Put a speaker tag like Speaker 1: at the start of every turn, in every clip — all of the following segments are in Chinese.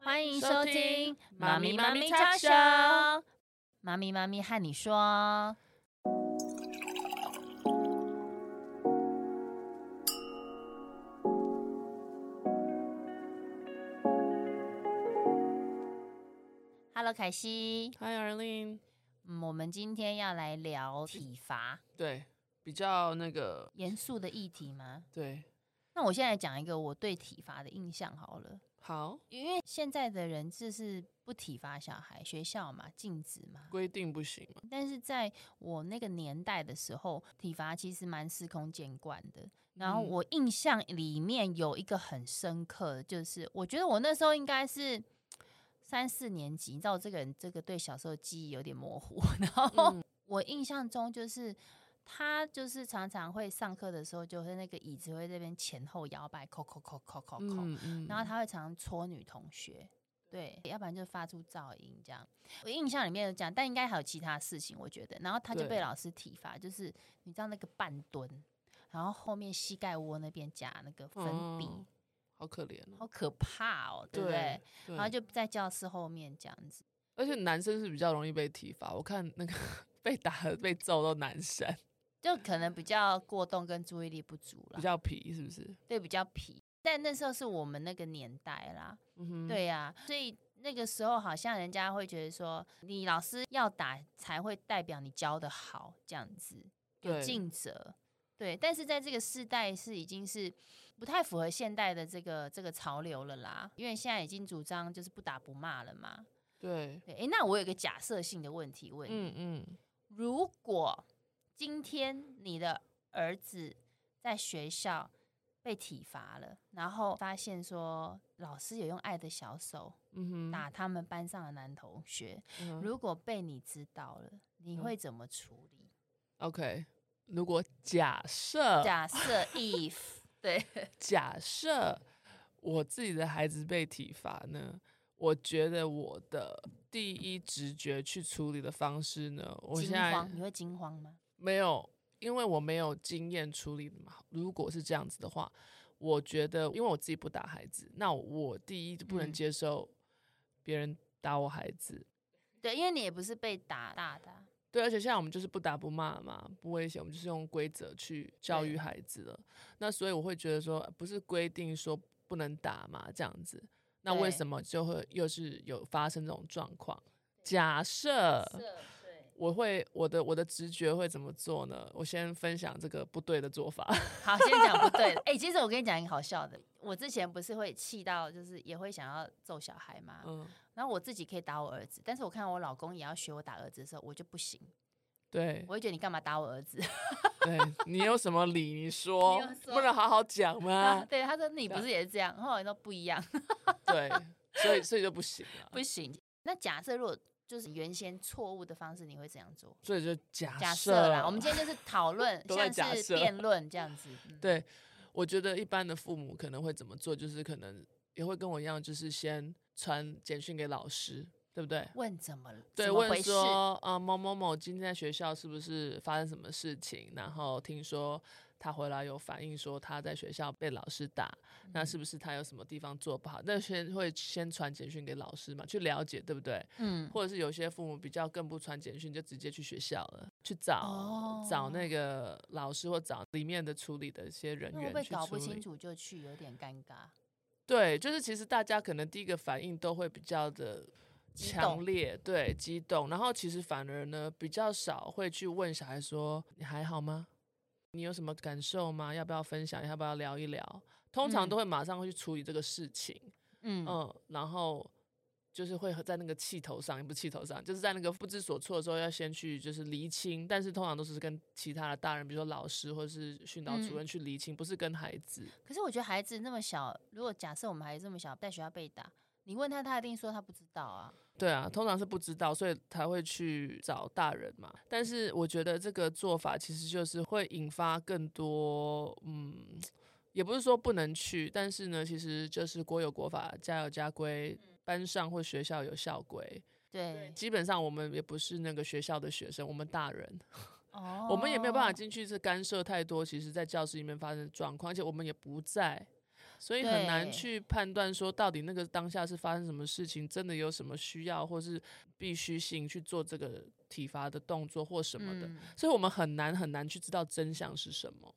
Speaker 1: 欢迎收听《妈咪妈咪超
Speaker 2: 超
Speaker 1: 声
Speaker 2: 声》，
Speaker 1: 妈咪妈咪和你说，Hello，凯西，
Speaker 2: Hi Arlene，
Speaker 1: 嗯，我们今天要来聊体罚
Speaker 2: 对，比较那个，
Speaker 1: 严肃的议题吗？
Speaker 2: 对，
Speaker 1: 那我现在讲一个我对体罚的印象好了。
Speaker 2: 好，
Speaker 1: 因为现在的人就是不体罚小孩，学校嘛禁止嘛。
Speaker 2: 规定不行嘛，
Speaker 1: 但是在我那个年代的时候，体罚其实蛮司空见惯的。然后
Speaker 2: 嗯
Speaker 1: 我印象里面有一个很深刻的，就是我觉得我那时候应该是三四年级，你知道我这个人这个对小时候记忆有点模糊。 然后
Speaker 2: 嗯
Speaker 1: 我印象中就是他就是常常会上课的时候，就是那个椅子会这边前后摇摆，扣扣扣扣扣扣。
Speaker 2: 嗯嗯
Speaker 1: 然后他会常常戳女同学，对，要不然就发出噪音这样。我印象里面有讲，但应该还有其他事情，我觉得。然后他就被
Speaker 2: 对
Speaker 1: 老师体罚，就是你知道那个半蹲，然后后面膝盖窝那边夹那个粉笔，
Speaker 2: 哦好可怜哦，
Speaker 1: 好可怕哦，对不对？
Speaker 2: 对，
Speaker 1: 然后就在教室后面这样子，
Speaker 2: 而且男生是比较容易被体罚，我看那个 被打的被揍都男生
Speaker 1: 就可能比较过动跟注意力不足
Speaker 2: 比
Speaker 1: 啦，
Speaker 2: 较皮，是不是？
Speaker 1: 对，比较皮。但那时候是我们那个年代啦，
Speaker 2: 嗯哼，
Speaker 1: 对呀、所以那个时候好像人家会觉得说，你老师要打才会代表你教的好，这样子有
Speaker 2: 对
Speaker 1: 尽责。对，但是在这个世代是已经是不太符合现代的这个这个潮流了啦，因为现在已经主张就是不打不骂了嘛。
Speaker 2: 对，
Speaker 1: 对，诶，那我有个假设性的问题问你：
Speaker 2: 嗯嗯，
Speaker 1: 如果今天你的儿子在学校被体罚了，然后发现说老师有用爱的小手
Speaker 2: 嗯哼，
Speaker 1: 打他们班上的男同学，
Speaker 2: 嗯哼
Speaker 1: 如果被你知道了，你
Speaker 2: 嗯
Speaker 1: 会怎么处理？
Speaker 2: OK，如果假设
Speaker 1: 假设 if 对，
Speaker 2: 假设我自己的孩子被体罚呢，我觉得我的第一直觉去处理的方式呢，我
Speaker 1: 惊
Speaker 2: 现在
Speaker 1: 慌，你会惊慌吗？
Speaker 2: 没有，因为我没有经验处理嘛。如果是这样子的话，我觉得，因为我自己不打孩子，那我第一就不能
Speaker 1: 嗯
Speaker 2: 接受别人打我孩子。
Speaker 1: 对，因为你也不是被打大的啊，
Speaker 2: 对，而且现在我们就是不打不骂嘛，不威胁，我们就是用规则去教育
Speaker 1: 对
Speaker 2: 孩子了。那所以我会觉得说，不是规定说不能打嘛，这样子，那为
Speaker 1: 对
Speaker 2: 什么就会又是有发生这种状况？假设
Speaker 1: 对，
Speaker 2: 我会我的我的直觉会怎么做呢？我先分享这个不对的做法。
Speaker 1: 好，先讲不对的。哎、其实我跟你讲一个好笑的，我之前不是会气到，就是也会想要揍小孩嘛。
Speaker 2: 嗯，
Speaker 1: 然后我自己可以打我儿子，但是我看我老公也要学我打儿子的时候，我就不行，
Speaker 2: 对
Speaker 1: 我会觉得你干嘛打我儿子？
Speaker 2: 对，你有什么 理？你说
Speaker 1: 你有说
Speaker 2: 不能好好讲 吗？
Speaker 1: 对，他说你
Speaker 2: 啊
Speaker 1: 不是也是这样，后来都不一样。
Speaker 2: 对，所以所以就不行了。
Speaker 1: 不行。那假设如果就是原先错误的方式，你会怎样做？
Speaker 2: 所以就假
Speaker 1: 假
Speaker 2: 设，
Speaker 1: 设啦，我们今天就是讨论
Speaker 2: 都在
Speaker 1: 像
Speaker 2: 假
Speaker 1: 是
Speaker 2: 设
Speaker 1: 辩论这样子。嗯，
Speaker 2: 对，我觉得一般的父母可能会怎么做，就是可能也会跟我一样，就是先传简讯给老师，对不对？
Speaker 1: 问怎么了？
Speaker 2: 对，
Speaker 1: 怎么
Speaker 2: 问
Speaker 1: 回事？
Speaker 2: 说，呃，某某某今天在学校是不是发生什么事情？然后听说他回来有反映说他在学校被老师打，那
Speaker 1: 嗯
Speaker 2: 是不是他有什么地方做不好？那先会先传简讯给老师嘛，去了解，对不对？
Speaker 1: 嗯，
Speaker 2: 或者是有些父母比较更不传简讯，就直接去学校了，去找、
Speaker 1: 哦
Speaker 2: 找那个老师或找里面的处理的一些人
Speaker 1: 那会
Speaker 2: 员
Speaker 1: 不会
Speaker 2: 去
Speaker 1: 搞不
Speaker 2: 处
Speaker 1: 清
Speaker 2: 理。
Speaker 1: 楚就去，有点尴尬？
Speaker 2: 对，就是其实大家可能第一个反应都会比较的
Speaker 1: 激
Speaker 2: 强
Speaker 1: 动
Speaker 2: 烈，对，激动，然后其实反而呢比较少会去问小孩说你还好吗？你有什么感受吗？要不要分享？要不要聊一聊？通常
Speaker 1: 嗯
Speaker 2: 都会马上会去处理这个事情。
Speaker 1: 嗯，
Speaker 2: 嗯，然后就是会在那个气头上，也不是气头上，就是在那个不知所措的时候，要先去就是厘清，但是通常都是跟其他的大人，比如说老师或者是训导
Speaker 1: 嗯
Speaker 2: 主任去厘清，不是跟孩子。
Speaker 1: 可是我觉得孩子那么小，如果假设我们孩子这么小，在学校被打，你问他，他一定说他不知道啊。
Speaker 2: 对啊，通常是不知道，所以才会去找大人嘛。但是我觉得这个做法其实就是会引发更多，嗯，也不是说不能去，但是呢，其实就是国有国法，家有家规，班上或学校有校规，
Speaker 1: 对，
Speaker 2: 基本上我们也不是那个学校的学生，我们大人，
Speaker 1: 哦，
Speaker 2: 我们也没有办法进去是干涉太多。其实，在教室里面发生的状况，而且我们也不在，所以很难
Speaker 1: 对
Speaker 2: 去判断说到底那个当下是发生什么事情，真的有什么需要或是必须性去做这个体罚的动作或什么的，
Speaker 1: 嗯，
Speaker 2: 所以我们很难很难去知道真相是什么。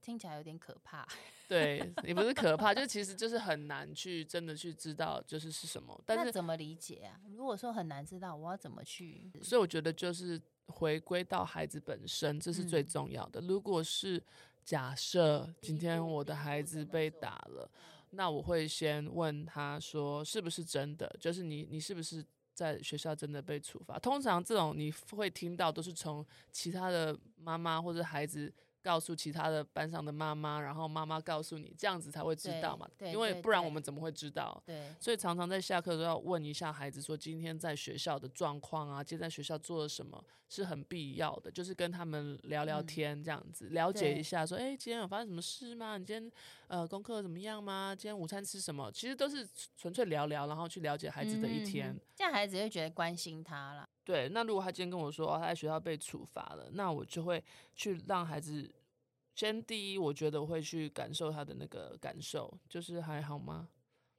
Speaker 1: 听起来有点可怕。
Speaker 2: 对， 也不是可怕，就其实就是很难去真的去知道就是是什么，但
Speaker 1: 那
Speaker 2: 是
Speaker 1: 怎么理解啊？如果说很难知道，我要怎么去？
Speaker 2: 所以我觉得就是回归到孩子本身，这是最
Speaker 1: 嗯
Speaker 2: 重要的。如果是假设今天
Speaker 1: 嗯
Speaker 2: 我的孩子被打了，那我会先问他说是不是真的，就是你你是不是在学校真的被处罚？通常这种你会听到都是从其他的妈妈或者孩子。告诉其他的班上的妈妈，然后妈妈告诉你，这样子才会知道嘛。
Speaker 1: 对对
Speaker 2: 因为
Speaker 1: 对
Speaker 2: 不然
Speaker 1: 对
Speaker 2: 我们怎么会知道？
Speaker 1: 对，
Speaker 2: 所以常常在下课都要问一下孩子说，今天在学校的状况啊，今天在学校做了什么是很必要的，就是跟他们聊聊
Speaker 1: 嗯
Speaker 2: 天这样子，了解一
Speaker 1: 对
Speaker 2: 下说，哎，今天有发生什么事吗？你今天呃功课怎么样吗？今天午餐吃什么？其实都是纯粹聊聊，然后去了解孩子的一
Speaker 1: 嗯
Speaker 2: 天。
Speaker 1: 嗯嗯这样孩子会觉得关心他啦。
Speaker 2: 对，那如果他今天跟我说、哦、他在学校被处罚了，那我就会去让孩子先第一，我觉得我会去感受他的那个感受，就是还好吗？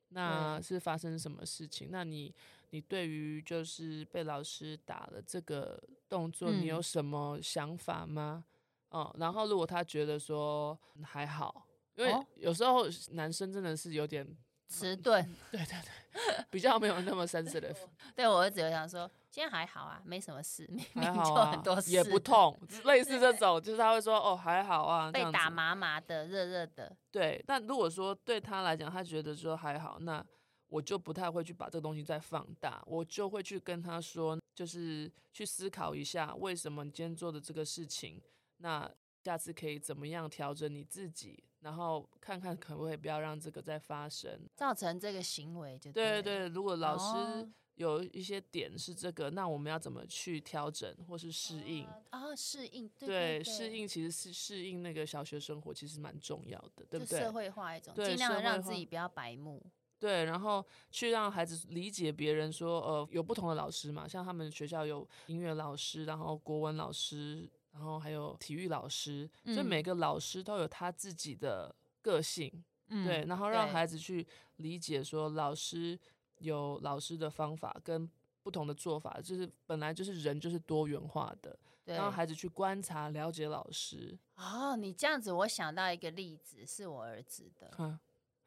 Speaker 2: 那是发生什么事情？那你你对于就是被老师打了这个动作，你有
Speaker 1: 嗯
Speaker 2: 什么想法吗？嗯，然后如果他觉得说嗯还好，因为
Speaker 1: 哦
Speaker 2: 有时候男生真的是有点
Speaker 1: 迟
Speaker 2: 嗯
Speaker 1: 钝，
Speaker 2: 对对对，比较没有那么 sensitive，
Speaker 1: 对我儿子有想说，今天还好啊， 没什么事，明
Speaker 2: 还
Speaker 1: 明
Speaker 2: 好
Speaker 1: 就
Speaker 2: 啊，
Speaker 1: 很多事，
Speaker 2: 也不 痛，类似这种，就是他会说哦还好啊，这
Speaker 1: 被
Speaker 2: 样
Speaker 1: 打
Speaker 2: 子？
Speaker 1: 麻麻的、热热的，
Speaker 2: 对，但如果说对他来讲，他觉得说还好，那我就不太会去把这个东西再放大，我就会去跟他说，就是去思考一下为什么你今天做的这个事情，那下次可以怎么样调整你自己，然后看看可不可以不要让这个再发生。
Speaker 1: 造成这个行为就
Speaker 2: 对
Speaker 1: 对了
Speaker 2: 对，如果老师
Speaker 1: 哦
Speaker 2: 有一些点是这个，那我们要怎么去调整或是适应？
Speaker 1: 啊，适应对
Speaker 2: 对，
Speaker 1: 对
Speaker 2: 适应其实是适应那个小学生活，其实蛮重要的，对不
Speaker 1: 就社
Speaker 2: 对？
Speaker 1: 会化一种，
Speaker 2: 对
Speaker 1: 尽量
Speaker 2: 社
Speaker 1: 地让
Speaker 2: 会
Speaker 1: 自
Speaker 2: 化
Speaker 1: 己不要白目。
Speaker 2: 对，然后去让孩子理解别人说，呃，有不同的老师嘛，像他们学校有音乐老师，然后国文老师，然后还有体育老师，所以
Speaker 1: 嗯
Speaker 2: 每个老师都有他自己的个性，
Speaker 1: 嗯
Speaker 2: 对，然后让
Speaker 1: 对
Speaker 2: 孩子去理解说，老师有老师的方法跟不同的做法，就是本来就是人就是多元化的，
Speaker 1: 对
Speaker 2: 让孩子去观察了解老师，
Speaker 1: 哦，你这样子，我想到一个例子，是我儿子的，
Speaker 2: 嗯，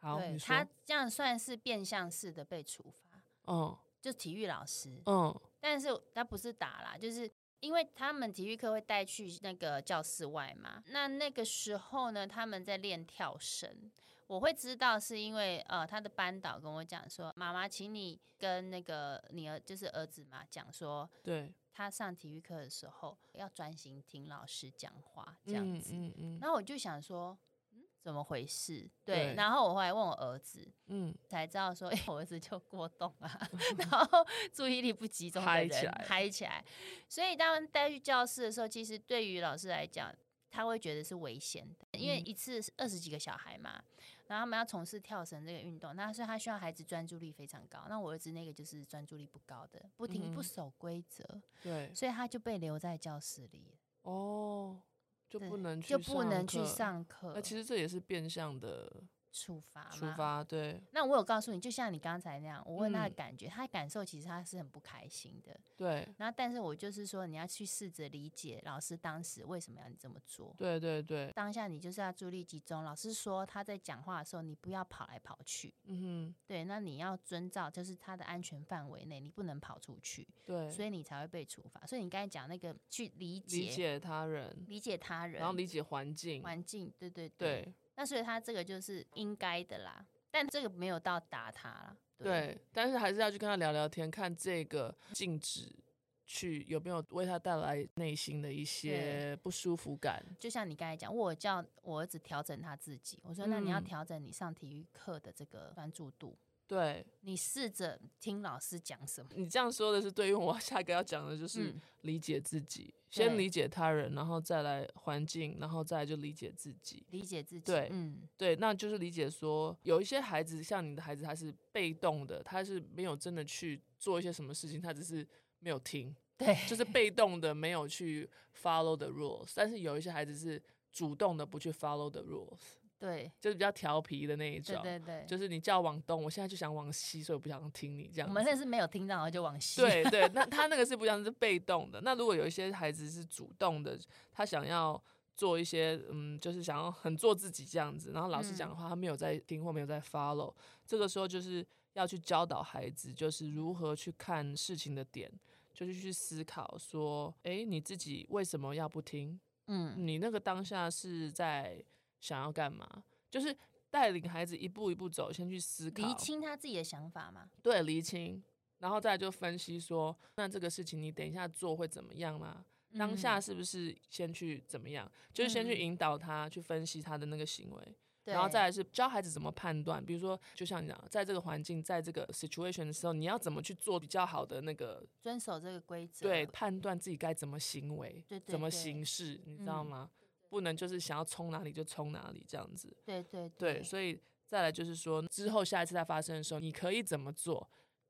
Speaker 2: 好，
Speaker 1: 对
Speaker 2: 你说
Speaker 1: 他，这样算是变相式的被处罚，
Speaker 2: 嗯
Speaker 1: 就体育老师，
Speaker 2: 嗯
Speaker 1: 但是他不是打啦，就是因为他们体育课会带去那个教室外嘛。那那个时候呢，他们在练跳绳。我会知道是因为呃，他的班导跟我讲说，妈妈，请你跟那个你儿就是儿子嘛讲说，
Speaker 2: 对，
Speaker 1: 他上体育课的时候要专心听老师讲话这样子。
Speaker 2: 嗯嗯嗯
Speaker 1: 然后我就想说，嗯，怎么回事？
Speaker 2: 对
Speaker 1: 对，然后我后来问我儿子，
Speaker 2: 嗯，
Speaker 1: 才知道说，哎、 我儿子就过动啊， 然后注意力不集中的
Speaker 2: 嗨
Speaker 1: 人
Speaker 2: 起来
Speaker 1: 嗨起来，所以当带去教室的时候，其实对于老师来讲，他会觉得是危险的，因为
Speaker 2: 嗯
Speaker 1: 一次二十几个小孩嘛，然后他们要从事跳绳这个运动，那所以他需要孩子专注力非常高。那我儿子那个就是专注力不高的，不听、
Speaker 2: 嗯
Speaker 1: 不守规则，
Speaker 2: 对，
Speaker 1: 所以他就被留在教室里了，
Speaker 2: 哦，就不
Speaker 1: 对
Speaker 2: 能去
Speaker 1: 就不能去
Speaker 2: 课，
Speaker 1: 上课，
Speaker 2: 那其实这也是变相的
Speaker 1: 处罚
Speaker 2: 出
Speaker 1: 嘛
Speaker 2: 发，对
Speaker 1: 那我有告诉你，就像你刚才那样，我问他
Speaker 2: 嗯
Speaker 1: 的感觉，他的感受其实他是很不开心的。
Speaker 2: 对
Speaker 1: 然后，但是我就是说，你要去试着理解老师当时为什么要你这么做。
Speaker 2: 对对对，
Speaker 1: 当下你就是要注意力集中。老师说他在讲话的时候，你不要跑来跑去。
Speaker 2: 嗯
Speaker 1: 对，那你要遵照就是他的安全范围内，你不能跑出去，
Speaker 2: 哼，对，
Speaker 1: 所以你才会被处罚。所以你刚才讲那个去理解
Speaker 2: 理解他人，
Speaker 1: 理解他人，
Speaker 2: 然后理解环境，
Speaker 1: 环境，对对对。
Speaker 2: 对
Speaker 1: 那所以他这个就是应该的啦，但这个没有到打他啦。
Speaker 2: 对，但是还是要去跟他聊聊天，看这个禁止。去有没有为他带来内心的一些不舒服感？
Speaker 1: 就像你刚才讲，我有叫我儿子调整他自己。我说，那你要
Speaker 2: 嗯
Speaker 1: 调整你上体育课的这个专注度，
Speaker 2: 对
Speaker 1: 你试着听老师讲什么。
Speaker 2: 你这样说的是对，因为我下一个要讲的就是
Speaker 1: 嗯，
Speaker 2: 理解自己，先
Speaker 1: 对
Speaker 2: 理解他人，然后再来环境，然后再来就理解自己。
Speaker 1: 理解自己。
Speaker 2: 对
Speaker 1: 嗯，
Speaker 2: 对，那就是理解说，有一些孩子像你的孩子，他是被动的，他是没有真的去做一些什么事情，他只是没有听，
Speaker 1: 对，
Speaker 2: 就是被动的没有去 follow the rules。但是有一些孩子是主动的不去 follow the rules，
Speaker 1: 对
Speaker 2: 就是比较调皮的那一
Speaker 1: 对
Speaker 2: 种，
Speaker 1: 对对，
Speaker 2: 就是你叫往东，我现在就想往西，所以我不想听你这样
Speaker 1: 我
Speaker 2: 子。
Speaker 1: 们那是没有听到，然后就往西。
Speaker 2: 对对，那他那个是不一样，是被动的。那如果有一些孩子是主动的，他想要做一些，嗯，就是想要很做自己这样子，然后老师讲的话，他没有在听或没有在 follow，这个时候就是要去教导孩子，就是如何去看事情的点，就是去思考说，诶，你自己为什么要不听？
Speaker 1: 嗯，
Speaker 2: 你那个当下是在想要干嘛？就是带领孩子一步一步走，先去思考，
Speaker 1: 厘清他自己的想法嘛。
Speaker 2: 对，厘清，然后再来就分析说，那这个事情你等一下做会怎么样吗？当下
Speaker 1: 嗯
Speaker 2: 是不是先去怎么样？就是先去
Speaker 1: 嗯嗯
Speaker 2: 引导他去分析他的那个行为，
Speaker 1: 对
Speaker 2: 然后再来是教孩子怎么判断。比如说，就像你讲，在这个环境，在这个 situation 的时候，你要怎么去做比较好的那个
Speaker 1: 遵守这个规则。
Speaker 2: 对判断自己该怎么行为，
Speaker 1: 对对
Speaker 2: 怎么
Speaker 1: 对
Speaker 2: 行事，你知道
Speaker 1: 嗯
Speaker 2: 吗？不能就是想要冲哪里就冲哪里这样子。
Speaker 1: 对对
Speaker 2: 对，所以再来就是说，之后下一次再发生的时候，你可以怎么做？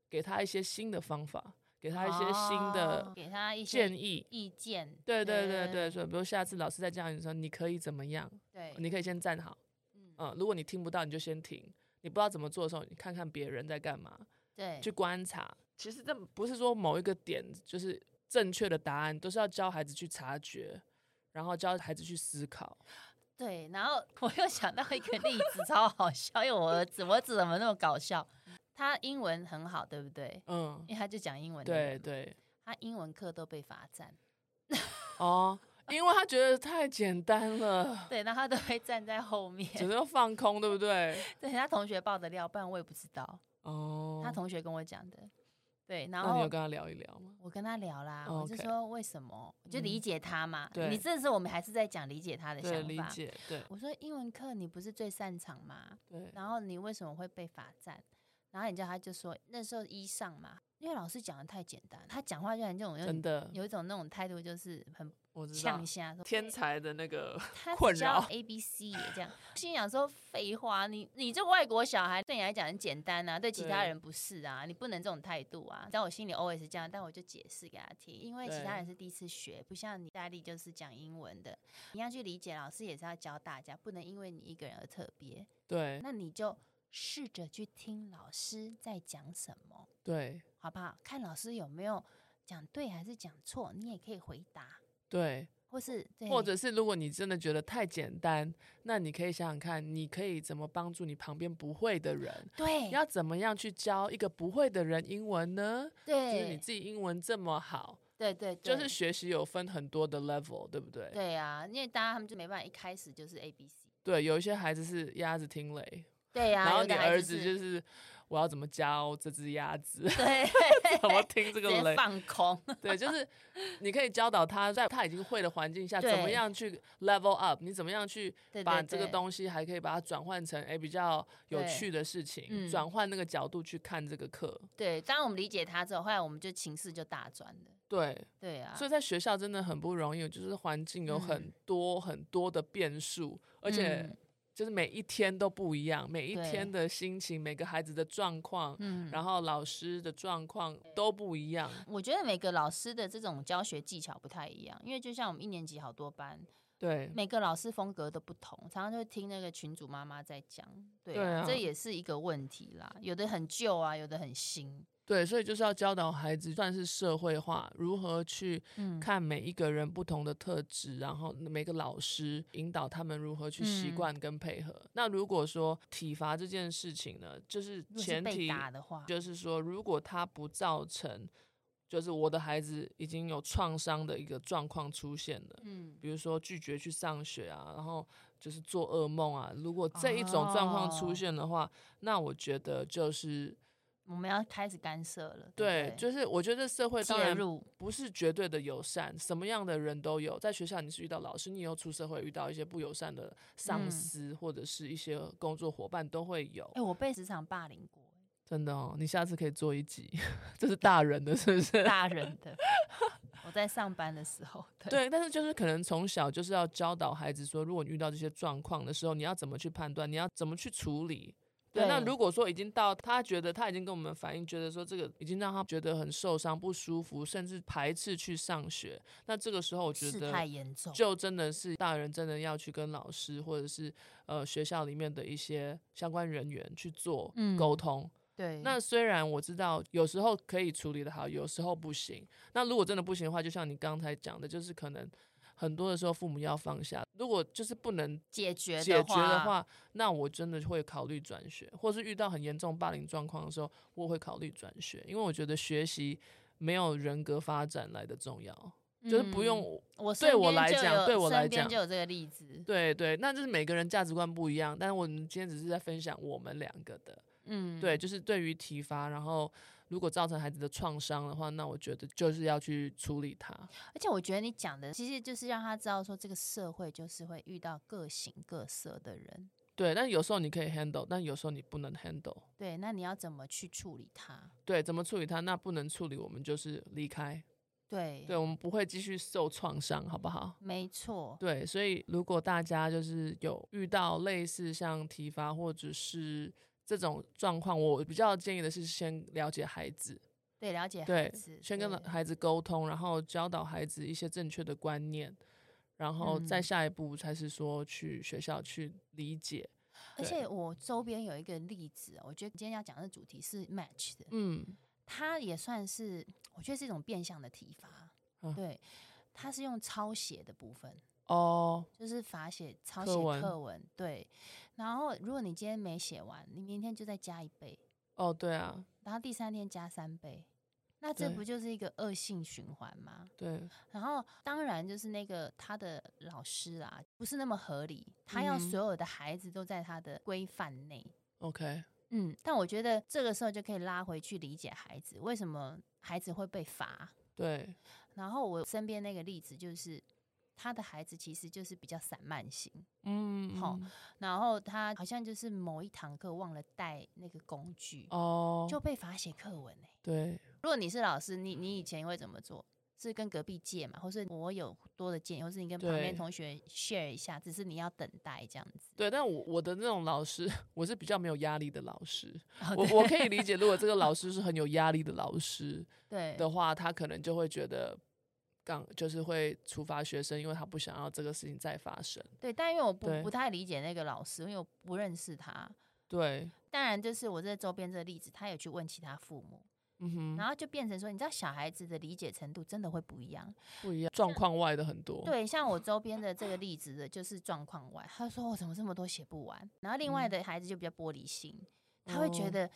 Speaker 2: 给他一些新的方法，给他一些新
Speaker 1: 哦
Speaker 2: 的
Speaker 1: 给他一些
Speaker 2: 建议。嗯
Speaker 1: 意见。
Speaker 2: 对对对对，
Speaker 1: 对
Speaker 2: 所以比如下次老师再叫你的时候，你可以怎么样？
Speaker 1: 对，
Speaker 2: 你可以先站好，
Speaker 1: 嗯
Speaker 2: 嗯，如果你听不到，你就先停。你不知道怎么做的时候，你看看别人在干嘛，
Speaker 1: 对
Speaker 2: 去观察。其实这不是说某一个点就是正确的答案，都是要教孩子去察觉，然后教孩子去思考。
Speaker 1: 对，然后我又想到一个例子，超好笑，因为我儿子，我儿子怎么那么搞笑？他英文很好，对不对？
Speaker 2: 嗯，
Speaker 1: 因为他就讲英文的
Speaker 2: 对
Speaker 1: 人，
Speaker 2: 对。
Speaker 1: 他英文课都被罚站，
Speaker 2: 哦，因为他觉得太简单 了，
Speaker 1: 对，然后他都会站在后面，
Speaker 2: 只能放空，对不对？
Speaker 1: 对他同学爆的料，不然我也不知道，
Speaker 2: 哦，
Speaker 1: 他同学跟我讲的，对，然
Speaker 2: 那你有
Speaker 1: 后
Speaker 2: 跟他聊一聊吗？
Speaker 1: 我跟他聊啦，
Speaker 2: 哦
Speaker 1: 我就
Speaker 2: ，OK
Speaker 1: 说为什么，我就理
Speaker 2: 嗯
Speaker 1: 解他嘛，
Speaker 2: 对
Speaker 1: 你这时候我们还是在讲理解他的
Speaker 2: 对，
Speaker 1: 想
Speaker 2: 理
Speaker 1: 法，
Speaker 2: 解，对
Speaker 1: 我说英文课你不是最擅长吗？
Speaker 2: 对，
Speaker 1: 然后你为什么会被罚站？然后你知道他就说那时候一上嘛，因为老师讲的太简单，他讲话就很这种有
Speaker 2: 真的，
Speaker 1: 有一种那种态度，就是很
Speaker 2: 我知道
Speaker 1: 呛，虾，说
Speaker 2: 天才的 那个，
Speaker 1: 他
Speaker 2: 困
Speaker 1: 只教
Speaker 2: 扰
Speaker 1: A B C 也这样，心想说废话，你你这外国小孩对你来讲很简单啊，对其他
Speaker 2: 对
Speaker 1: 人不是啊，你不能这种态度啊。但我心里 always 是这样，但我就解释给他听，因为其他
Speaker 2: 对
Speaker 1: 人是第一次学，不像你意大利就是讲英文的，你要去理解，老师也是要教大家，不能因为你一个人而特别。
Speaker 2: 对
Speaker 1: 那你就试着去听老师在讲什么，
Speaker 2: 对
Speaker 1: 好不好？看老师有没有讲对还是讲错，你也可以回答，
Speaker 2: 对，
Speaker 1: 或是对
Speaker 2: 或者是如果你真的觉得太简单，那你可以想想看，你可以怎么帮助你旁边不会的人。
Speaker 1: 对
Speaker 2: 要怎么样去教一个不会的人英文呢？就是你
Speaker 1: 对
Speaker 2: 自己英文这么好，
Speaker 1: 对对，
Speaker 2: 就是学习有分很多的 level，对不对？
Speaker 1: 对啊，因为大家他们就没办法一开始就是 A B C，
Speaker 2: 对，有一些孩子是鸭子听雷，
Speaker 1: 对啊，
Speaker 2: 然后
Speaker 1: 有
Speaker 2: 你
Speaker 1: 的孩
Speaker 2: 儿子
Speaker 1: 是，
Speaker 2: 就是我要怎么教这只鸭子
Speaker 1: 对
Speaker 2: 怎么听这
Speaker 1: 直
Speaker 2: 个
Speaker 1: 接
Speaker 2: 雷？
Speaker 1: 放空，
Speaker 2: 对，就是你可以教导他在他已经会的环境下，怎么
Speaker 1: 对
Speaker 2: 样去 level up，你怎么样去
Speaker 1: 对
Speaker 2: 把
Speaker 1: 对
Speaker 2: 这个
Speaker 1: 对
Speaker 2: 东西还可以把它转换成哎比较有
Speaker 1: 对
Speaker 2: 趣的事情，
Speaker 1: 嗯
Speaker 2: 转换那个角度去看这个课。
Speaker 1: 对，当我们理解他之后，后来我们就情势就大转了，
Speaker 2: 对，
Speaker 1: 对啊，
Speaker 2: 所以在学校真的很不容易，就是环境有很
Speaker 1: 嗯
Speaker 2: 多很多的变数，而且
Speaker 1: 嗯
Speaker 2: 就是每一天都不一样，每一
Speaker 1: 对
Speaker 2: 天的心情，每个孩子的状况，
Speaker 1: 嗯，
Speaker 2: 然后老师的状况都不一样。
Speaker 1: 我觉得每个老师的这种教学技巧不太一样，因为就像我们一年级好多班，
Speaker 2: 对
Speaker 1: 每个老师风格都不同，常常就会听那个群主妈妈在讲，对
Speaker 2: 对啊
Speaker 1: 这也是一个问题啦。有的很旧啊，有的很新，
Speaker 2: 对，所以就是要教导孩子，算是社会化，如何去
Speaker 1: 嗯，
Speaker 2: 看每一个人不同的特质，然后每个老师引导他们如何去习
Speaker 1: 嗯
Speaker 2: 惯跟配合。那如果说体罚这件事情呢，就是
Speaker 1: 如果是
Speaker 2: 前
Speaker 1: 被
Speaker 2: 提
Speaker 1: 打的话，
Speaker 2: 就是说，如果他不造成。就是我的孩子已经有创伤的一个状况出现了，
Speaker 1: 嗯，
Speaker 2: 比如说拒绝去上学啊，然后就是做噩梦啊。如果这一种状况出
Speaker 1: 哦
Speaker 2: 现的话，那我觉得就是
Speaker 1: 我们要开始干涉了，
Speaker 2: 对，
Speaker 1: 不
Speaker 2: 就是我觉得社会当
Speaker 1: 介
Speaker 2: 然
Speaker 1: 入，
Speaker 2: 不是绝对的友善，什么样的人都有。在学校你是遇到老师，你又出社会遇到一些不友善的上
Speaker 1: 嗯
Speaker 2: 司、或者是一些工作伙伴都会有
Speaker 1: 哎、。我被职场霸凌 过，
Speaker 2: 真的哦，你下次可以做一集， 这是大人的，是不是？
Speaker 1: 大人的，我在上班的时候，对，
Speaker 2: 对，但是就是可能从小就是要教导孩子说，如果你遇到这些状况的时候，你要怎么去判断，你要怎么去处理。对，那
Speaker 1: 对
Speaker 2: 如果说已经到他觉得他已经跟我们反映，觉得说这个已经让他觉得很受伤、不舒服，甚至排斥去上学，那这个时候我觉
Speaker 1: 事
Speaker 2: 得
Speaker 1: 态严重，
Speaker 2: 就真的是大人真的要去跟老师或者是呃学校里面的一些相关人员去做
Speaker 1: 嗯
Speaker 2: 沟通。
Speaker 1: 对，
Speaker 2: 那虽然我知道有时候可以处理的好，有时候不行。那如果真的不行的话，就像你刚才讲的，就是可能很多的时候父母要放下，如果就是不能
Speaker 1: 解决
Speaker 2: 解决的，话，那我真的会考虑转学，或是遇到很严重霸凌状况的时候，我会考虑转学，因为我觉得学习没有人格发展来的重要，就是不
Speaker 1: 嗯
Speaker 2: 用
Speaker 1: 我
Speaker 2: 对
Speaker 1: 身
Speaker 2: 我
Speaker 1: 边
Speaker 2: 来
Speaker 1: 就
Speaker 2: 讲
Speaker 1: 有
Speaker 2: 对我来
Speaker 1: 身边
Speaker 2: 讲
Speaker 1: 就有这个例子，
Speaker 2: 对对，那就是每个人价值观不一样，但是我们今天只是在分享我们两个的，
Speaker 1: 嗯，
Speaker 2: 对，就是对于体罚，然后如果造成孩子的创伤的话，那我觉得就是要去处理它。
Speaker 1: 而且我觉得你讲的其实就是让他知道说，这个社会就是会遇到各形各色的人，
Speaker 2: 对，但有时候你可以 handle，但有时候你不能 handle。
Speaker 1: 对，那你要怎么去处理它？
Speaker 2: 对，怎么处理它？那不能处理，我们就是离开。
Speaker 1: 对，
Speaker 2: 对，我们不会继续受创伤，好不好？
Speaker 1: 没错，
Speaker 2: 对，所以如果大家就是有遇到类似像体罚或者是这种状况，我比较建议的是先了解孩子，
Speaker 1: 对，了解孩
Speaker 2: 对
Speaker 1: 子，，
Speaker 2: 先跟
Speaker 1: 对
Speaker 2: 孩子沟通，然后教导孩子一些正确的观念，然后再
Speaker 1: 嗯
Speaker 2: 下一步才是说去学校去理解。
Speaker 1: 而
Speaker 2: 对
Speaker 1: 且我周边有一个例子，哦我觉得今天要讲的主题是 match 的，
Speaker 2: 嗯，
Speaker 1: 它也算是我觉得是一种变相的体罚，
Speaker 2: 啊
Speaker 1: 对，它是用抄写的部分。
Speaker 2: 哦，
Speaker 1: 就是罚写、抄
Speaker 2: 课
Speaker 1: 写
Speaker 2: 文
Speaker 1: 课文，对。然后，如果你今天没写完，你明天就再加一倍，
Speaker 2: 哦，对啊，
Speaker 1: 然后第三天加三倍，那这
Speaker 2: 对
Speaker 1: 不就是一个恶性循环吗？
Speaker 2: 对，
Speaker 1: 然后当然就是那个他的老师啦，不是那么合理，他要
Speaker 2: 嗯哼
Speaker 1: 所有的孩子都在他的规范内。
Speaker 2: OK，
Speaker 1: 嗯，但我觉得这个时候就可以拉回去理解孩子为什么孩子会被罚。
Speaker 2: 对，
Speaker 1: 然后我身边那个例子就是，他的孩子其实就是比较散漫型，
Speaker 2: 嗯，
Speaker 1: 好
Speaker 2: 嗯
Speaker 1: 然后他好像就是某一堂课忘了带那个工具，
Speaker 2: 哦，
Speaker 1: 就被罚写课文、欸、
Speaker 2: 对，
Speaker 1: 如果你是老师，你你以前会怎么做？是跟隔壁借嘛，或是我有多的建议，或是你跟旁边
Speaker 2: 对
Speaker 1: 同学 share 一下，只是你要等待这样子。
Speaker 2: 对，但我我的那种老师， 我是比较没有压力的老师，
Speaker 1: 哦
Speaker 2: 我
Speaker 1: 对
Speaker 2: 我可以理解，如果这个老师是很有压力的老师
Speaker 1: 对
Speaker 2: 的话，他可能就会觉得。刚就是会处罚学生，因为他不想要这个事情再发生。
Speaker 1: 对，但因为我不
Speaker 2: 对
Speaker 1: 不太理解那个老师，因为我不认识他。
Speaker 2: 对，
Speaker 1: 当然，就是我这周边这个例子，他有去问其他父母，
Speaker 2: 嗯哼，
Speaker 1: 然后就变成说，你知道小孩子的理解程度真的会不一样。
Speaker 2: 不一样，状况外的很多。，
Speaker 1: 对，像我周边的这个例子的，就是状况外，他说哦我怎么这么多写不完，然后另外
Speaker 2: 嗯
Speaker 1: 的孩子就比较玻璃心，他会觉
Speaker 2: 哦
Speaker 1: 得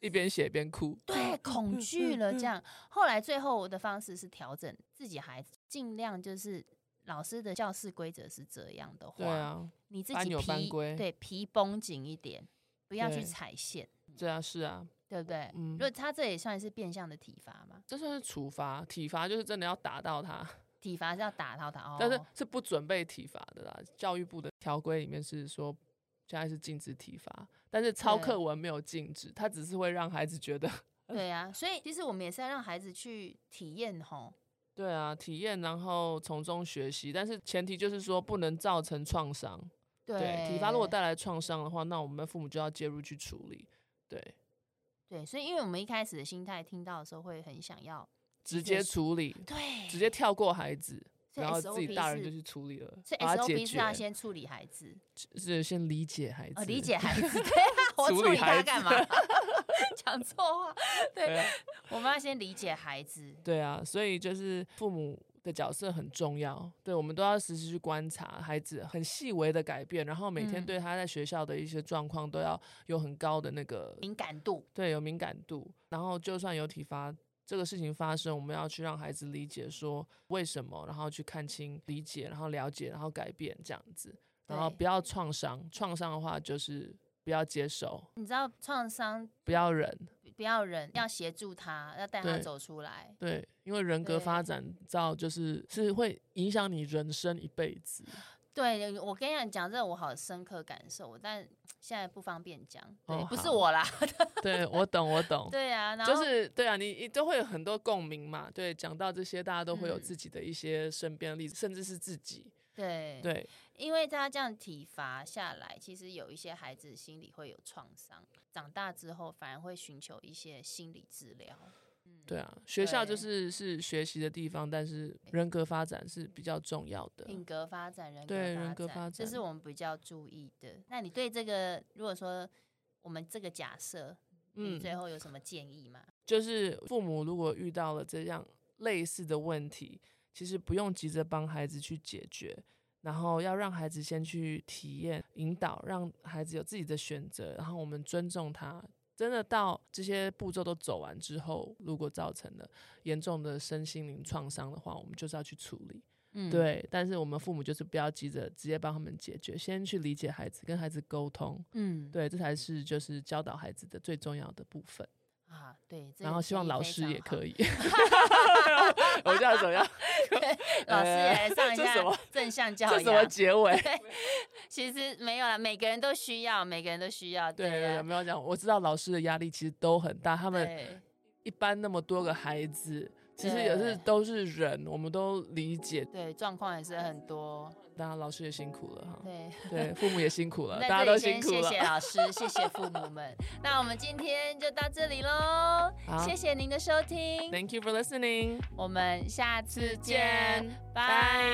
Speaker 2: 一边写一边哭。
Speaker 1: 对
Speaker 2: 嗯
Speaker 1: 恐惧了这样。后来最后我的方式是调整自己孩子，尽量就是老师的教室规则是这样的
Speaker 2: 对
Speaker 1: 话，
Speaker 2: 啊，
Speaker 1: 你自
Speaker 2: 班
Speaker 1: 己
Speaker 2: 有班
Speaker 1: 皮
Speaker 2: 规
Speaker 1: 对皮绷紧一点，不要去
Speaker 2: 对
Speaker 1: 踩线，
Speaker 2: 对啊，是啊，
Speaker 1: 对不对？
Speaker 2: 嗯
Speaker 1: 如果他这也算是变相的体罚嘛，
Speaker 2: 这算是处罚，体罚就是真的要打到他，
Speaker 1: 体罚是要打到他哦，
Speaker 2: 但是是不准备体罚的啦。教育部的条规里面是说，现在是禁止体罚，但是抄
Speaker 1: 对
Speaker 2: 课文没有禁止，他只是会让孩子觉得，
Speaker 1: 对啊，所以其实我们也是要让孩子去体验吼。
Speaker 2: 对啊，体验，然后从中学习，但是前提就是说不能造成创伤。对，体罚如果带来创伤的话，那我们父母就要介入去处理。对，
Speaker 1: 对，所以因为我们一开始的心态听到的时候，会很想要
Speaker 2: 直
Speaker 1: 接
Speaker 2: 接处理，
Speaker 1: 对
Speaker 2: 直接跳过孩子。
Speaker 1: 所以
Speaker 2: 然后自
Speaker 1: SOP
Speaker 2: 己大人就是去处理了，
Speaker 1: 所以
Speaker 2: 把它解
Speaker 1: SOP 是
Speaker 2: 决。
Speaker 1: 要先处理孩子，
Speaker 2: 是先理解孩子，
Speaker 1: 呃，理解 孩子，对啊，我
Speaker 2: 处
Speaker 1: 处
Speaker 2: 理
Speaker 1: 理
Speaker 2: 孩
Speaker 1: 他
Speaker 2: 子
Speaker 1: 干嘛？ 讲错话，
Speaker 2: 对啊。
Speaker 1: 我们要先理解孩子，
Speaker 2: 对啊，所以就是父母的角色很重要，对我们都要时时去观察孩子很细微的改变，然后每天
Speaker 1: 嗯
Speaker 2: 对他在学校的一些状况都要有很高的那个
Speaker 1: 敏感度，
Speaker 2: 对有敏感度，然后就算有体罚这个事情发生，我们要去让孩子理解说为什么，然后去看清、理解，然后了解，然后改变这样子，然后
Speaker 1: 对
Speaker 2: 不要创伤，创伤的话就是不要接受，
Speaker 1: 你知道创伤
Speaker 2: 不要忍，
Speaker 1: 不要忍，要协助他，要带他
Speaker 2: 对
Speaker 1: 走出来。
Speaker 2: 对，因为人格发
Speaker 1: 对
Speaker 2: 展到就是是会影响你人生一辈 子。
Speaker 1: 对，我跟你讲，这个我好深刻感受，但现在不方便讲，对，
Speaker 2: 哦
Speaker 1: 不是
Speaker 2: 好
Speaker 1: 我啦，
Speaker 2: 对我懂，我懂，
Speaker 1: 对啊，然后
Speaker 2: 就是对啊，你你都会有
Speaker 1: 嗯
Speaker 2: 很多共鸣嘛。对，讲到这些，大家都会有自己的一些身边的例子，甚至是自己。
Speaker 1: 对，
Speaker 2: 对，
Speaker 1: 因为他这样体罚下来，其实有一些孩子心里会有创伤，长大之后反而会寻求一些心理治疗。
Speaker 2: 对啊，学校就
Speaker 1: 嗯对
Speaker 2: 是是学习的地方，但是人格发展是比较重要的。嗯
Speaker 1: 品格发展、人格
Speaker 2: 对人格发
Speaker 1: 这是
Speaker 2: 展
Speaker 1: 我们比较注意的。那你对这个，如果说我们这个假设，你
Speaker 2: 嗯，
Speaker 1: 最后有什么建议吗？
Speaker 2: 就是父母如果遇到了这样类似的问题，其实不用急着帮孩子去解决，然后要让孩子先去体验、引导，让孩子有自己的选择，然后我们尊重他。真的到这些步骤都走完之后，如果造成了严重的身心灵创伤的话，我们就是要去处理。
Speaker 1: 嗯，
Speaker 2: 对，但是我们父母就是不要急着直接帮他们解决，先去理解孩子，跟孩子沟通。
Speaker 1: 嗯，
Speaker 2: 对，这才是就是教导孩子的最重要的部分。
Speaker 1: 啊，对。这
Speaker 2: 然
Speaker 1: 个
Speaker 2: 后希
Speaker 1: 建
Speaker 2: 望
Speaker 1: 议
Speaker 2: 老
Speaker 1: 非
Speaker 2: 师
Speaker 1: 常
Speaker 2: 也
Speaker 1: 好
Speaker 2: 可，以。我这样怎么样？
Speaker 1: 老师也来 上一
Speaker 2: 哎这什
Speaker 1: 下
Speaker 2: 么
Speaker 1: 正向教
Speaker 2: 这什么
Speaker 1: 养。
Speaker 2: 结尾？
Speaker 1: 啊其实没有啦，每个人都需要，每个人都需要。
Speaker 2: 对对
Speaker 1: 呀
Speaker 2: 对，没有讲。我知道老师的压力其实都很大，他们
Speaker 1: 对
Speaker 2: 一般那么多个孩子，其实也是
Speaker 1: 对
Speaker 2: 都是人，我们都理解。
Speaker 1: 对，状况也是很多。
Speaker 2: 当然，老师也辛苦了哈，
Speaker 1: 对，
Speaker 2: 对，父母也辛苦 了，
Speaker 1: 在
Speaker 2: 呃大家
Speaker 1: 这
Speaker 2: 都
Speaker 1: 里
Speaker 2: 辛
Speaker 1: 先
Speaker 2: 苦
Speaker 1: 谢谢。
Speaker 2: 了
Speaker 1: 老师，谢谢父母 们。那我们今天就到这里喽，
Speaker 2: 好
Speaker 1: 谢谢您的收听，
Speaker 2: Thank you for listening，
Speaker 1: 我们下次见，
Speaker 2: 拜。